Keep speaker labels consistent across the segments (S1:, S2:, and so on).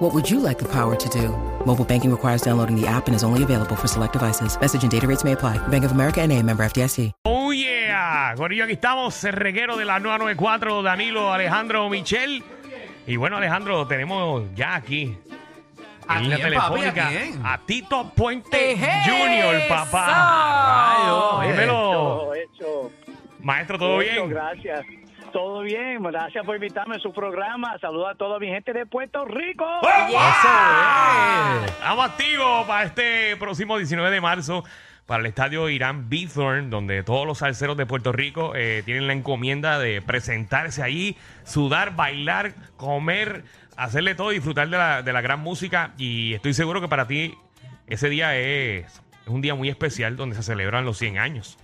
S1: What would you like the power to do? Mobile banking requires downloading the app and is only available for select devices. Message and data rates may apply. Bank of America and a member FDIC.
S2: Oh yeah, Corillo, aquí estamos, el reguero de la 994, Danilo, Alejandro, Michel. Y bueno, Alejandro, tenemos ya aquí
S3: ¿A
S2: en la
S3: quién, papi? ¿A
S2: telefónica
S3: quién?
S2: a Tito Puente
S3: Ejé,
S2: Junior,
S3: sao.
S2: papá. Ay, Dímelo,
S4: Hecho, hecho.
S2: maestro, ¿todo
S4: Hecho,
S2: bien?
S4: Gracias. Todo bien, gracias por invitarme a su programa. Saluda a toda mi gente de Puerto Rico.
S2: ¡Ah! ¡Eso es! Estamos activos para este próximo 19 de marzo para el estadio Irán Bithorn, donde todos los salseros de Puerto Rico eh, tienen la encomienda de presentarse ahí, sudar, bailar, comer, hacerle todo, disfrutar de la, de la gran música. Y estoy seguro que para ti ese día es, es un día muy especial donde se celebran los 100 años.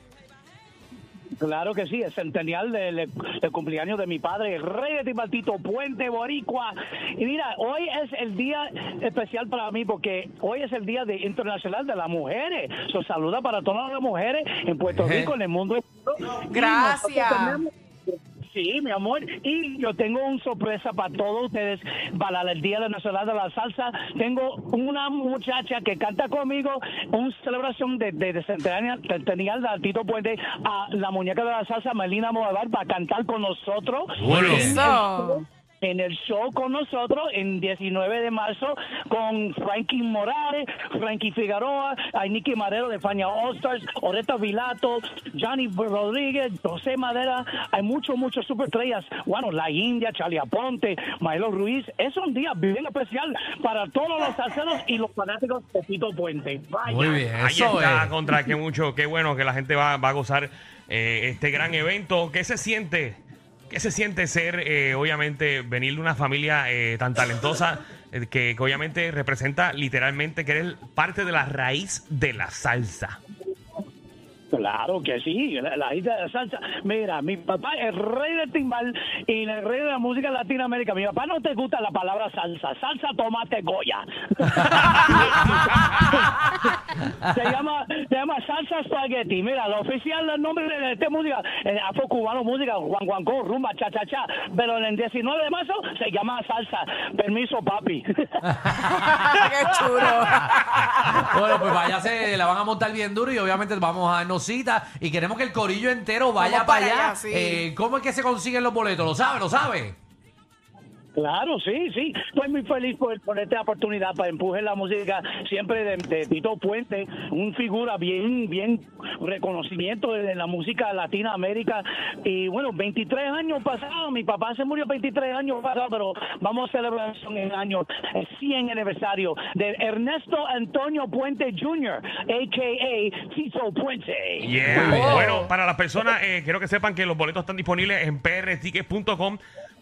S4: Claro que sí, el centenial del, del cumpleaños de mi padre, el rey de Timbaldito, Puente Boricua. Y mira, hoy es el día especial para mí porque hoy es el Día de Internacional de las Mujeres. So, saluda para todas las mujeres en Puerto
S3: Ejé.
S4: Rico, en el mundo entero. Y
S5: Gracias.
S4: nosotros tenemos- Sí, mi amor. Y yo tengo una sorpresa para todos ustedes para el Día Nacional de la Salsa. Tengo una muchacha que canta conmigo una celebración de, de, de centenaria- centennial de Tito Puente a la muñeca de la salsa Melina Moabar va a cantar con nosotros
S5: Eso.
S4: en el show con nosotros en 19 de marzo con Frankie Morales, Frankie Figueroa, Nicky Madero de España All Stars, Oreta Vilato, Johnny Rodríguez, José Madera, hay muchos, muchos superestrellas, bueno, La India, Charlie Aponte, Maelo Ruiz, es un día bien especial para todos los salseros y los fanáticos de Tito Puente. Vaya.
S3: Muy bien,
S2: Ahí
S3: eso
S2: está,
S3: es.
S2: contra qué mucho, qué bueno que la gente va, va a gozar eh, este gran evento. ¿Qué se siente? ¿Qué se siente ser, eh, obviamente, venir de una familia eh, tan talentosa eh, que, que obviamente representa literalmente que eres parte de la raíz de la salsa?
S4: Claro que sí, la, la isla de la salsa. Mira, mi papá es rey del timbal y el rey de la música en Latinoamérica. Mi papá no te gusta la palabra salsa. Salsa, tomate, goya. se, llama, se llama salsa spaghetti. Mira, la oficial, el nombre de esta música, eh, afro-cubano música, Juan Guancó, rumba, cha-cha-cha. Pero en el 19 de marzo se llama salsa. Permiso, papi.
S5: Ah, Qué chulo.
S3: Bueno, pues vaya, se la van a montar bien duro y obviamente vamos a darnos cita y queremos que el corillo entero vaya
S5: Vamos
S3: para
S5: para
S3: allá.
S5: allá, sí.
S3: Eh, ¿Cómo es que se consiguen los boletos? ¿Lo sabe? ¿Lo sabe?
S4: Claro, sí, sí. Estoy muy feliz por, por esta oportunidad para empujar la música siempre de, de Tito Puente, un figura bien, bien reconocimiento de la música latinoamérica. Y bueno, 23 años pasados, mi papá se murió 23 años pasados, pero vamos a celebrar el año, el 100 aniversario de Ernesto Antonio Puente Jr., a.k.a. Tito Puente.
S2: Yeah.
S3: Muy bien.
S2: Bueno, para las personas, eh, quiero que sepan que los boletos están disponibles en prtickets.com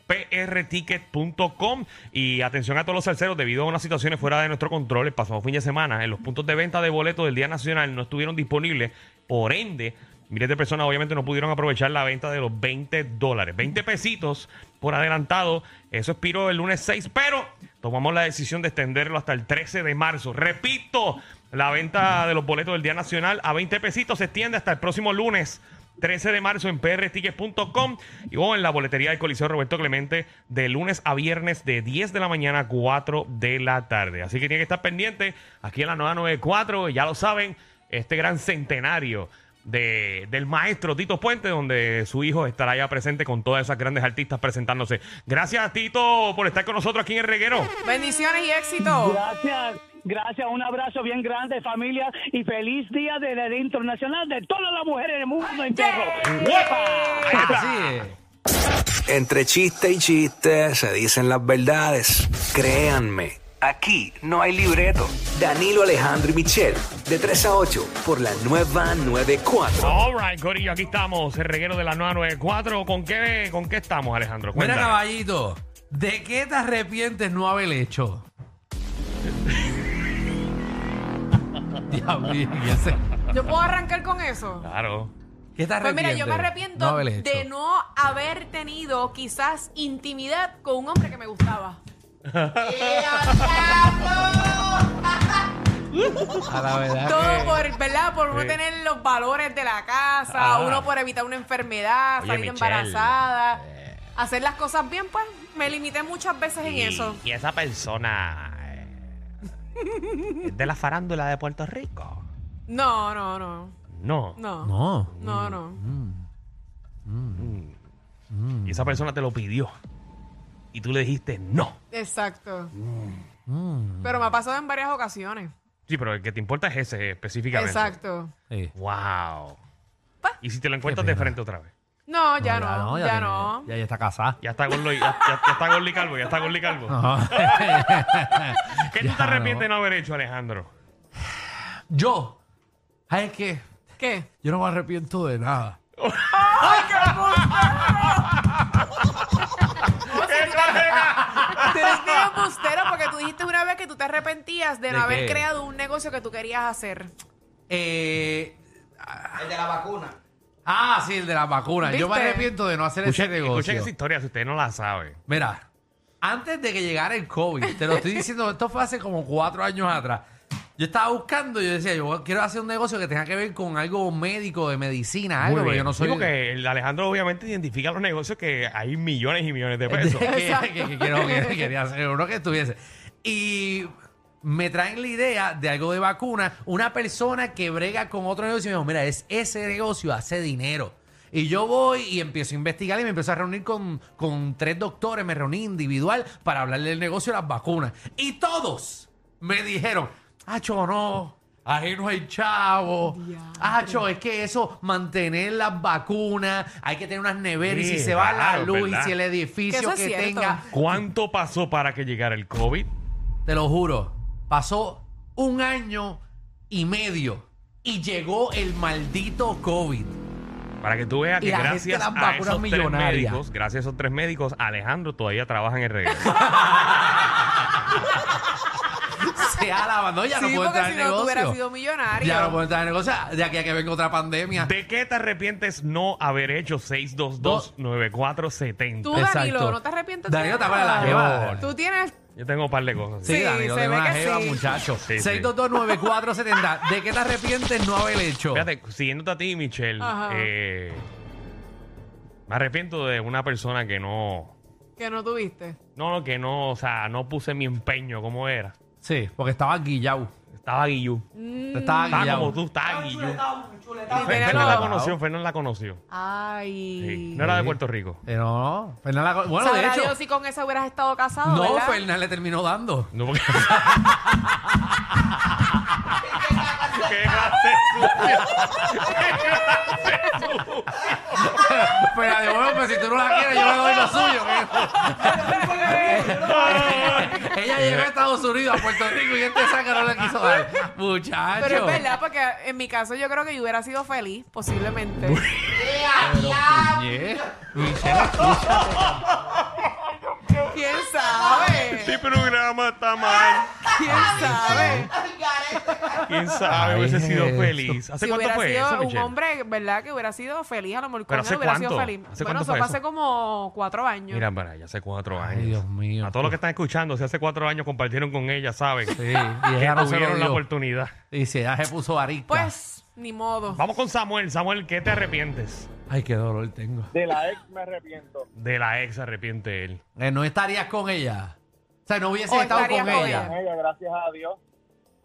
S2: prticket.com y atención a todos los salseros debido a unas situaciones fuera de nuestro control el pasado fin de semana en los puntos de venta de boletos del Día Nacional no estuvieron disponibles por ende miles de personas obviamente no pudieron aprovechar la venta de los 20 dólares 20 pesitos por adelantado eso expiró el lunes 6 pero tomamos la decisión de extenderlo hasta el 13 de marzo repito la venta de los boletos del Día Nacional a 20 pesitos se extiende hasta el próximo lunes 13 de marzo en prtickets.com y o en la boletería del Coliseo Roberto Clemente de lunes a viernes de 10 de la mañana a 4 de la tarde. Así que tienen que estar pendientes aquí en la 994, ya lo saben, este gran centenario de- del maestro Tito Puente, donde su hijo estará ya presente con todas esas grandes artistas presentándose. Gracias Tito por estar con nosotros aquí en el reguero.
S5: Bendiciones y éxito.
S4: Gracias, gracias, un abrazo bien grande familia y feliz día de la Día internacional de todas las mujeres del mundo entero. ¡Uepa!
S3: Así es.
S6: Entre chiste y chiste se dicen las verdades. Créanme, aquí no hay libreto. Danilo Alejandro y Michel, de 3 a 8, por la nueva 94.
S2: All right, Corillo, aquí estamos, el reguero de la 994. ¿Con qué, ¿Con qué estamos, Alejandro?
S3: Mira,
S2: Cuéntanos.
S3: caballito, ¿de qué te arrepientes no haber hecho? Diablo, ya sé.
S5: Yo puedo arrancar con eso.
S2: Claro.
S3: ¿Qué te
S5: Pues mira, yo me
S3: arrepientes?
S5: arrepiento
S3: No haberle hecho.
S5: de no haber tenido quizás intimidad con un hombre que me gustaba.
S3: A la verdad.
S5: Todo
S3: que-
S5: por, ¿verdad? Por no
S2: Sí.
S5: tener los valores de la casa,
S2: Ah.
S5: uno por evitar una enfermedad,
S2: Oye,
S5: salir
S2: Michelle.
S5: embarazada. Hacer las cosas bien, pues me limité muchas veces en eso.
S2: Y esa persona eh, es de la farándula de Puerto Rico.
S5: No, no, no.
S2: No.
S5: No.
S3: No.
S5: No, no.
S2: Y esa persona te lo pidió. Y tú le dijiste no.
S5: Exacto. Pero me ha pasado en varias ocasiones.
S2: Sí, pero el que te importa es ese específicamente.
S5: Exacto.
S3: Sí.
S2: Wow.
S5: Pa.
S2: Y si te lo encuentras de
S3: pena.
S2: frente otra vez.
S5: No, ya no, ya,
S3: tiene-
S5: no.
S3: Ya, ya está casada.
S2: Ya está Gordo y, ya, ya- ya está Gordo y Calvo, ya está Gordo y Calvo. ¿Qué tú te
S3: Ya
S2: arrepientes
S3: no.
S2: de no haber hecho, Alejandro?
S3: Yo. Ay, es que
S5: ¿Qué?
S3: yo no me arrepiento de nada.
S5: Tú eres bien embustero porque tú dijiste una vez que tú te arrepentías de no
S3: ¿De
S5: haber
S3: qué?
S5: creado un negocio que tú querías hacer.
S3: Eh,
S7: El de la vacuna.
S3: ah, sí, el de las vacunas. Yo me
S5: ¿Viste?
S3: arrepiento de no hacer
S2: Escuchen,
S3: ese negocio.
S2: escuchen esa historia si ustedes no la saben.
S3: Mira, antes de que llegara el COVID, te lo estoy diciendo, esto fue hace como cuatro años atrás. Yo estaba buscando, yo decía, yo quiero hacer un negocio que tenga que ver con algo médico, de medicina, algo,
S2: Muy
S3: pero
S2: bien.
S3: yo no soy.
S2: Digo que el Alejandro obviamente identifica los negocios que hay millones y millones de pesos.
S3: que, que- que quiero- que quería hacer uno que estuviese. Y me traen la idea de algo de vacuna. Una persona que brega con otro negocio y me dijo, mira, es ese negocio hace dinero. Y yo voy y empiezo a investigar y me empiezo a reunir con, con tres doctores, me reuní individual para hablarle del negocio de las vacunas. Y todos me dijeron, Acho, no, ahí no hay chavo. Acho, es que eso, mantener las vacunas, hay que tener unas neveras y si
S2: Sí,
S3: se va la
S2: claro,
S3: luz
S2: ¿verdad?
S3: y si el edificio
S5: Que eso
S3: que
S5: es cierto.
S3: tenga,
S2: ¿Cuánto pasó para que llegara el COVID?
S3: te lo juro, pasó un año y medio y llegó el maldito COVID.
S2: Para que tú veas
S3: Y
S2: que
S3: la gente
S2: gracias
S3: las
S2: a
S3: vacunas
S2: esos tres
S3: millonarias.
S2: médicos, gracias a esos tres médicos, Alejandro todavía trabaja en el regreso.
S3: Se alaba, ¿no? Ya no
S5: sí,
S3: puedo
S5: porque
S3: entrar
S5: si
S3: en
S5: no, tú hubieras
S3: negocio.
S5: sido millonario.
S3: Ya no puedo entrar en negocio. De aquí a que venga otra pandemia.
S2: ¿De qué te arrepientes no haber hecho 622-9470?
S5: Tú,
S3: Exacto.
S5: Danilo, no te arrepientes de
S3: Danilo, te acuerdas
S5: nada?
S3: la jeva.
S5: Tú tienes...
S2: Yo tengo un par de cosas.
S3: Sí,
S5: Sí,
S3: Danilo,
S5: se
S3: de
S5: ve
S3: una
S5: que
S3: jeva,
S5: sí.
S3: muchacho.
S2: Sí, sí.
S3: 6229470. ¿De qué te arrepientes no haber hecho?
S2: Fíjate, siguiéndote a ti, Michelle,
S5: Ajá.
S2: eh, me arrepiento de una persona que no.
S5: Que no tuviste.
S2: No, no, que no, o sea, no puse mi empeño como era.
S3: Sí, porque estaba guillado.
S2: Estaba Guillú.
S5: Mm.
S3: Estaba
S2: Estaba
S3: guillado.
S2: como tú, estaba Guillú.
S7: chuletado.
S5: Literal.
S2: Fernán la conoció, Fernán la conoció.
S5: Ay.
S2: Sí. No era de Puerto Rico.
S3: Eh, no, Fernan la- Bueno, de
S5: Sabrá
S3: hecho.
S5: Dios si con esa hubieras estado casado,
S3: No,
S5: ¿verdad?
S3: Fernández le terminó dando.
S2: No, porque... ¿Qué clase
S3: Pero de bueno, pues si tú no la quieres, yo le doy lo suyo. que- Ella llegó a Estados Unidos, a Puerto Rico, y este saca no le quiso dar. Muchacho.
S5: Pero es verdad, porque en mi caso yo creo que yo hubiera sido feliz, posiblemente.
S3: Yeah.
S5: ¿Quién sabe?
S2: Este programa está mal.
S5: ¿Quién sabe?
S2: ¿Quién sabe?
S3: Ay,
S2: Hubiese sido
S3: Jesús.
S2: feliz. ¿Hace
S5: si
S2: cuánto
S5: hubiera
S2: fue
S5: sido
S2: eso,
S5: un
S2: Michelle?
S5: hombre, ¿verdad? Que hubiera sido feliz, a lo mejor
S2: ¿Pero
S5: con
S2: hace
S5: él hubiera
S2: cuánto?
S5: sido feliz.
S2: ¿Hace
S5: bueno,
S2: cuánto fue
S5: hace
S2: eso?
S5: como cuatro años.
S2: Mira, para allá hace cuatro
S3: Ay,
S2: años.
S3: Dios mío.
S2: A todos los que están escuchando, si hace cuatro años compartieron con ella, saben.
S3: Sí, y
S2: que
S3: ella
S2: no
S3: no
S2: se
S3: se
S2: dieron la
S3: dio.
S2: oportunidad.
S3: Y si ella se puso arisca.
S5: Pues, ni modo.
S2: Vamos con Samuel. Samuel, ¿qué te arrepientes?
S3: Ay, qué dolor tengo.
S4: De la ex me arrepiento.
S2: De la ex arrepiente él.
S3: Eh, no estarías con ella. O sea, no hubiese
S5: O
S3: estado con,
S5: estarías con
S3: ella.
S5: ella.
S4: Ella, gracias a Dios.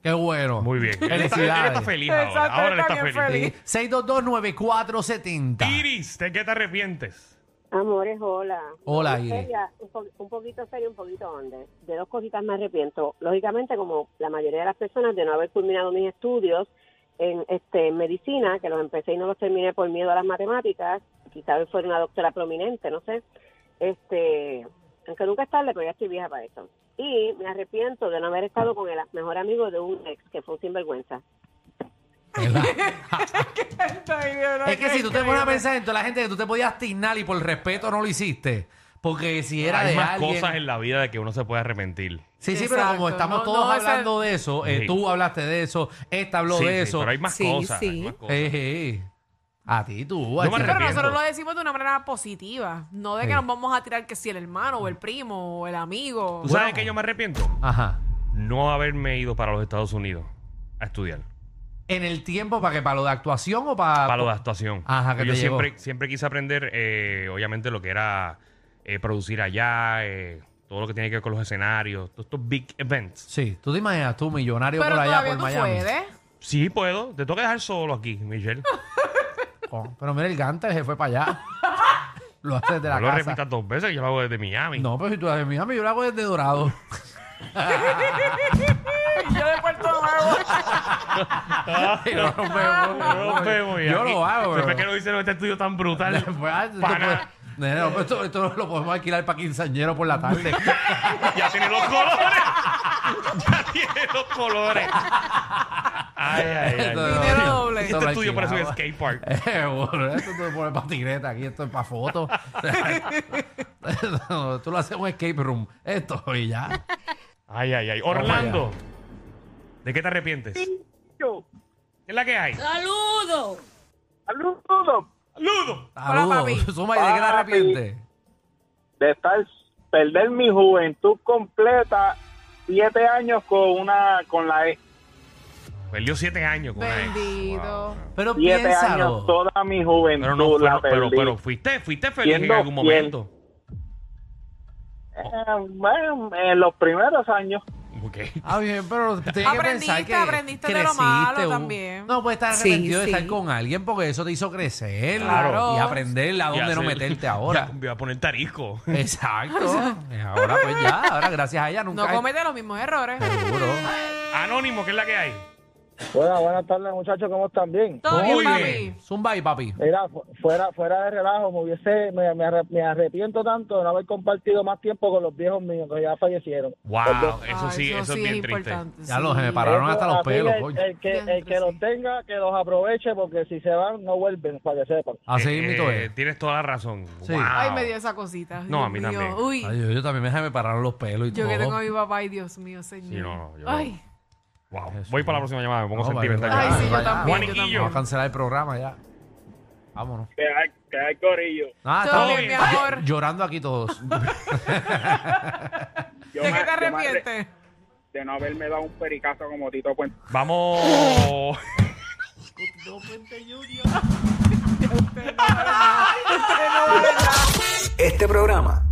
S3: Qué bueno.
S2: Muy bien. Él está, él está
S3: Felicidades.
S2: feliz ahora.
S5: Exacto,
S2: Ahora
S5: él
S2: él está
S5: está bien
S2: feliz.
S5: feliz.
S3: Sí, 6229470.
S2: Iris, ¿de qué te arrepientes?
S8: Amores, hola.
S3: Hola,
S8: Un poquito
S3: Iris.
S8: seria, Un, po- un poquito serio, un poquito donde. De dos cositas me arrepiento. Lógicamente, como la mayoría de las personas, de no haber culminado mis estudios en este en medicina, que los empecé y no los terminé por miedo a las matemáticas. Quizás fuera una doctora prominente, no sé. Este, aunque nunca es tarde, pero ya estoy vieja para eso. Y me arrepiento de no haber estado con el mejor amigo de un ex, que fue un sinvergüenza.
S5: Ay, Dios, no,
S3: Es que
S5: qué
S3: si tú te pones a
S5: increíble.
S3: pensar en toda la gente que tú te podías tignar y por respeto no lo hiciste. Porque si era
S2: Hay
S3: de
S2: más
S3: alguien...
S2: cosas en la vida de que uno se puede arrepentir.
S3: Sí, sí, pero como
S5: Exacto,
S3: estamos
S5: no,
S3: todos
S5: no, esa-
S3: hablando de eso, eh,
S2: Sí.
S3: tú hablaste de eso, esta habló
S2: Sí,
S3: de
S2: sí,
S3: eso.
S2: pero hay más
S5: Sí,
S2: cosas.
S5: sí.
S2: hay más cosas.
S3: Eh, eh, eh. A ti, tú. a
S2: Yo me
S3: ti.
S5: Pero
S2: arrepiento.
S5: nosotros lo decimos de una manera positiva, no de que
S3: Sí.
S5: nos vamos a tirar que si el hermano o el primo o el amigo.
S2: ¿Tú sabes que yo me arrepiento?
S3: Ajá.
S2: No haberme ido para los Estados Unidos a estudiar.
S3: ¿En el tiempo para qué? ¿Para lo de actuación o para...?
S2: Palo de actuación.
S3: Ah, pues. Ajá, que
S2: yo
S3: te llegó.
S2: siempre, siempre quise aprender, eh, obviamente, lo que era eh, producir allá, eh, todo lo que tiene que ver con los escenarios, todos estos big events.
S3: Sí, tú te imaginas tú, millonario
S5: Pero
S3: por allá,
S5: todavía
S3: por
S5: tú
S3: Miami.
S5: puedes.
S2: Sí, puedo. Te toca dejar solo aquí, Michelle.
S3: Con- Oh, Pero mira, el Gantel se fue para allá. lo hace desde
S2: No
S3: la
S2: lo
S3: casa.
S2: repitas dos veces, yo lo hago desde Miami.
S3: No, pero si tú haces Miami, yo lo hago desde Dorado.
S5: Y yo de Puerto Nuevo.
S3: yo lo veo,
S2: Pero nos vemos, y
S3: Yo
S2: aquí-
S3: lo hago,
S2: Se ve
S3: pero-
S2: que lo dicen en este estudio tan brutal.
S3: Después, ah, tú
S2: Para-
S3: puedes- Nene, no, esto, esto lo podemos alquilar para quinceañero por la tarde.
S2: ya tiene los colores. ya tiene los colores. Ay, ay, ay.
S3: Esto-
S5: Dinero doble.
S3: esto
S2: Este
S3: lo
S2: estudio parece un
S3: alquilamos.
S2: skate park.
S3: Eh, bueno, esto tú lo pones patineta aquí, esto es para fotos. No, tú lo haces un escape room. Esto y ya.
S2: Ay, ay, ay. Orlando, ¿de qué te arrepientes? ¿Qué es la que hay?
S9: Saludos.
S2: ¡Ludo!
S5: Hola, papi.
S3: Suma, ¿y de qué te
S9: Papi.
S3: arrepientes?
S9: De estar, perder mi juventud completa, siete años con una, con la, E.
S2: Perdió siete años con una ex.
S5: Bendito.
S2: Wow.
S3: Pero
S9: siete
S3: piénsalo.
S9: años toda mi juventud
S2: Pero no,
S9: la
S2: pero, pero,
S9: perdí.
S2: pero fuiste, fuiste feliz en
S9: Siendo
S2: algún
S9: fiel.
S2: momento.
S9: Eh, bueno, en los primeros años.
S2: Ok.
S3: Ah, bien, pero tienes que
S5: Aprendiste,
S3: pensar que
S5: aprendiste de lo
S3: creciste,
S5: malo
S3: uh,
S5: también.
S3: No puedes estar
S10: Sí,
S3: arrepentido de
S10: sí.
S3: estar con alguien porque eso te hizo crecer
S5: Claro.
S3: y aprender a dónde no meterte ahora.
S2: Voy a poner tarisco.
S3: Exacto. ahora pues ya, ahora gracias a ella nunca.
S5: No comete los mismos errores.
S3: Seguro.
S2: Anónimo, ¿qué es la que hay?
S11: Buenas, buenas tardes, muchachos, ¿cómo están? Bien.
S5: Todo
S2: Muy
S5: bien,
S2: bien.
S5: papi.
S3: Zumba y papi.
S11: Mira, fu- fuera, fuera de relajo, me hubiese, me, me arre- me arrepiento tanto de no haber compartido más tiempo con los viejos míos que ya fallecieron.
S2: Wow, eso
S5: Ah,
S2: sí, eso, es bien triste.
S5: importante,
S3: Ya lo
S5: sí.
S3: me pararon hasta los
S11: Así que
S3: pelos,
S11: el-
S3: coño.
S11: El, que, el que los tenga, que los aproveche, porque si se van, no vuelven, para que sepan.
S3: Así
S2: Eh,
S3: mismo es.
S2: eh, Tienes toda la razón.
S3: Sí.
S2: Wow.
S5: Ay, me dio esa cosita.
S2: No, a mí
S5: Dios mío.
S2: también.
S5: Uy,
S3: Ay, yo, yo también me, me pararon los pelos y
S5: yo
S3: todo.
S5: que tengo a mi papá, ay, Dios mío, señor.
S2: Sí, no, no, yo-
S5: Ay,
S2: Wow. Voy para la próxima llamada, me pongo
S3: No,
S2: sentimental.
S3: vale,
S5: ay, sí, yo
S3: Vaya.
S5: también. Yo
S2: Juaniquillo.
S3: Vamos a
S5: también.
S3: cancelar el programa ya. Vámonos.
S9: Que hay, que hay corillo.
S3: Ah,
S5: Todo
S3: estamos
S5: bien, mi
S2: bien.
S5: amor.
S3: llorando aquí todos.
S9: Yo
S5: ¿De
S9: me-
S5: qué te
S9: yo me arre-
S5: arrepientes?
S9: De no haberme dado un pericazo como Tito Puente.
S2: Vamos.
S6: Este programa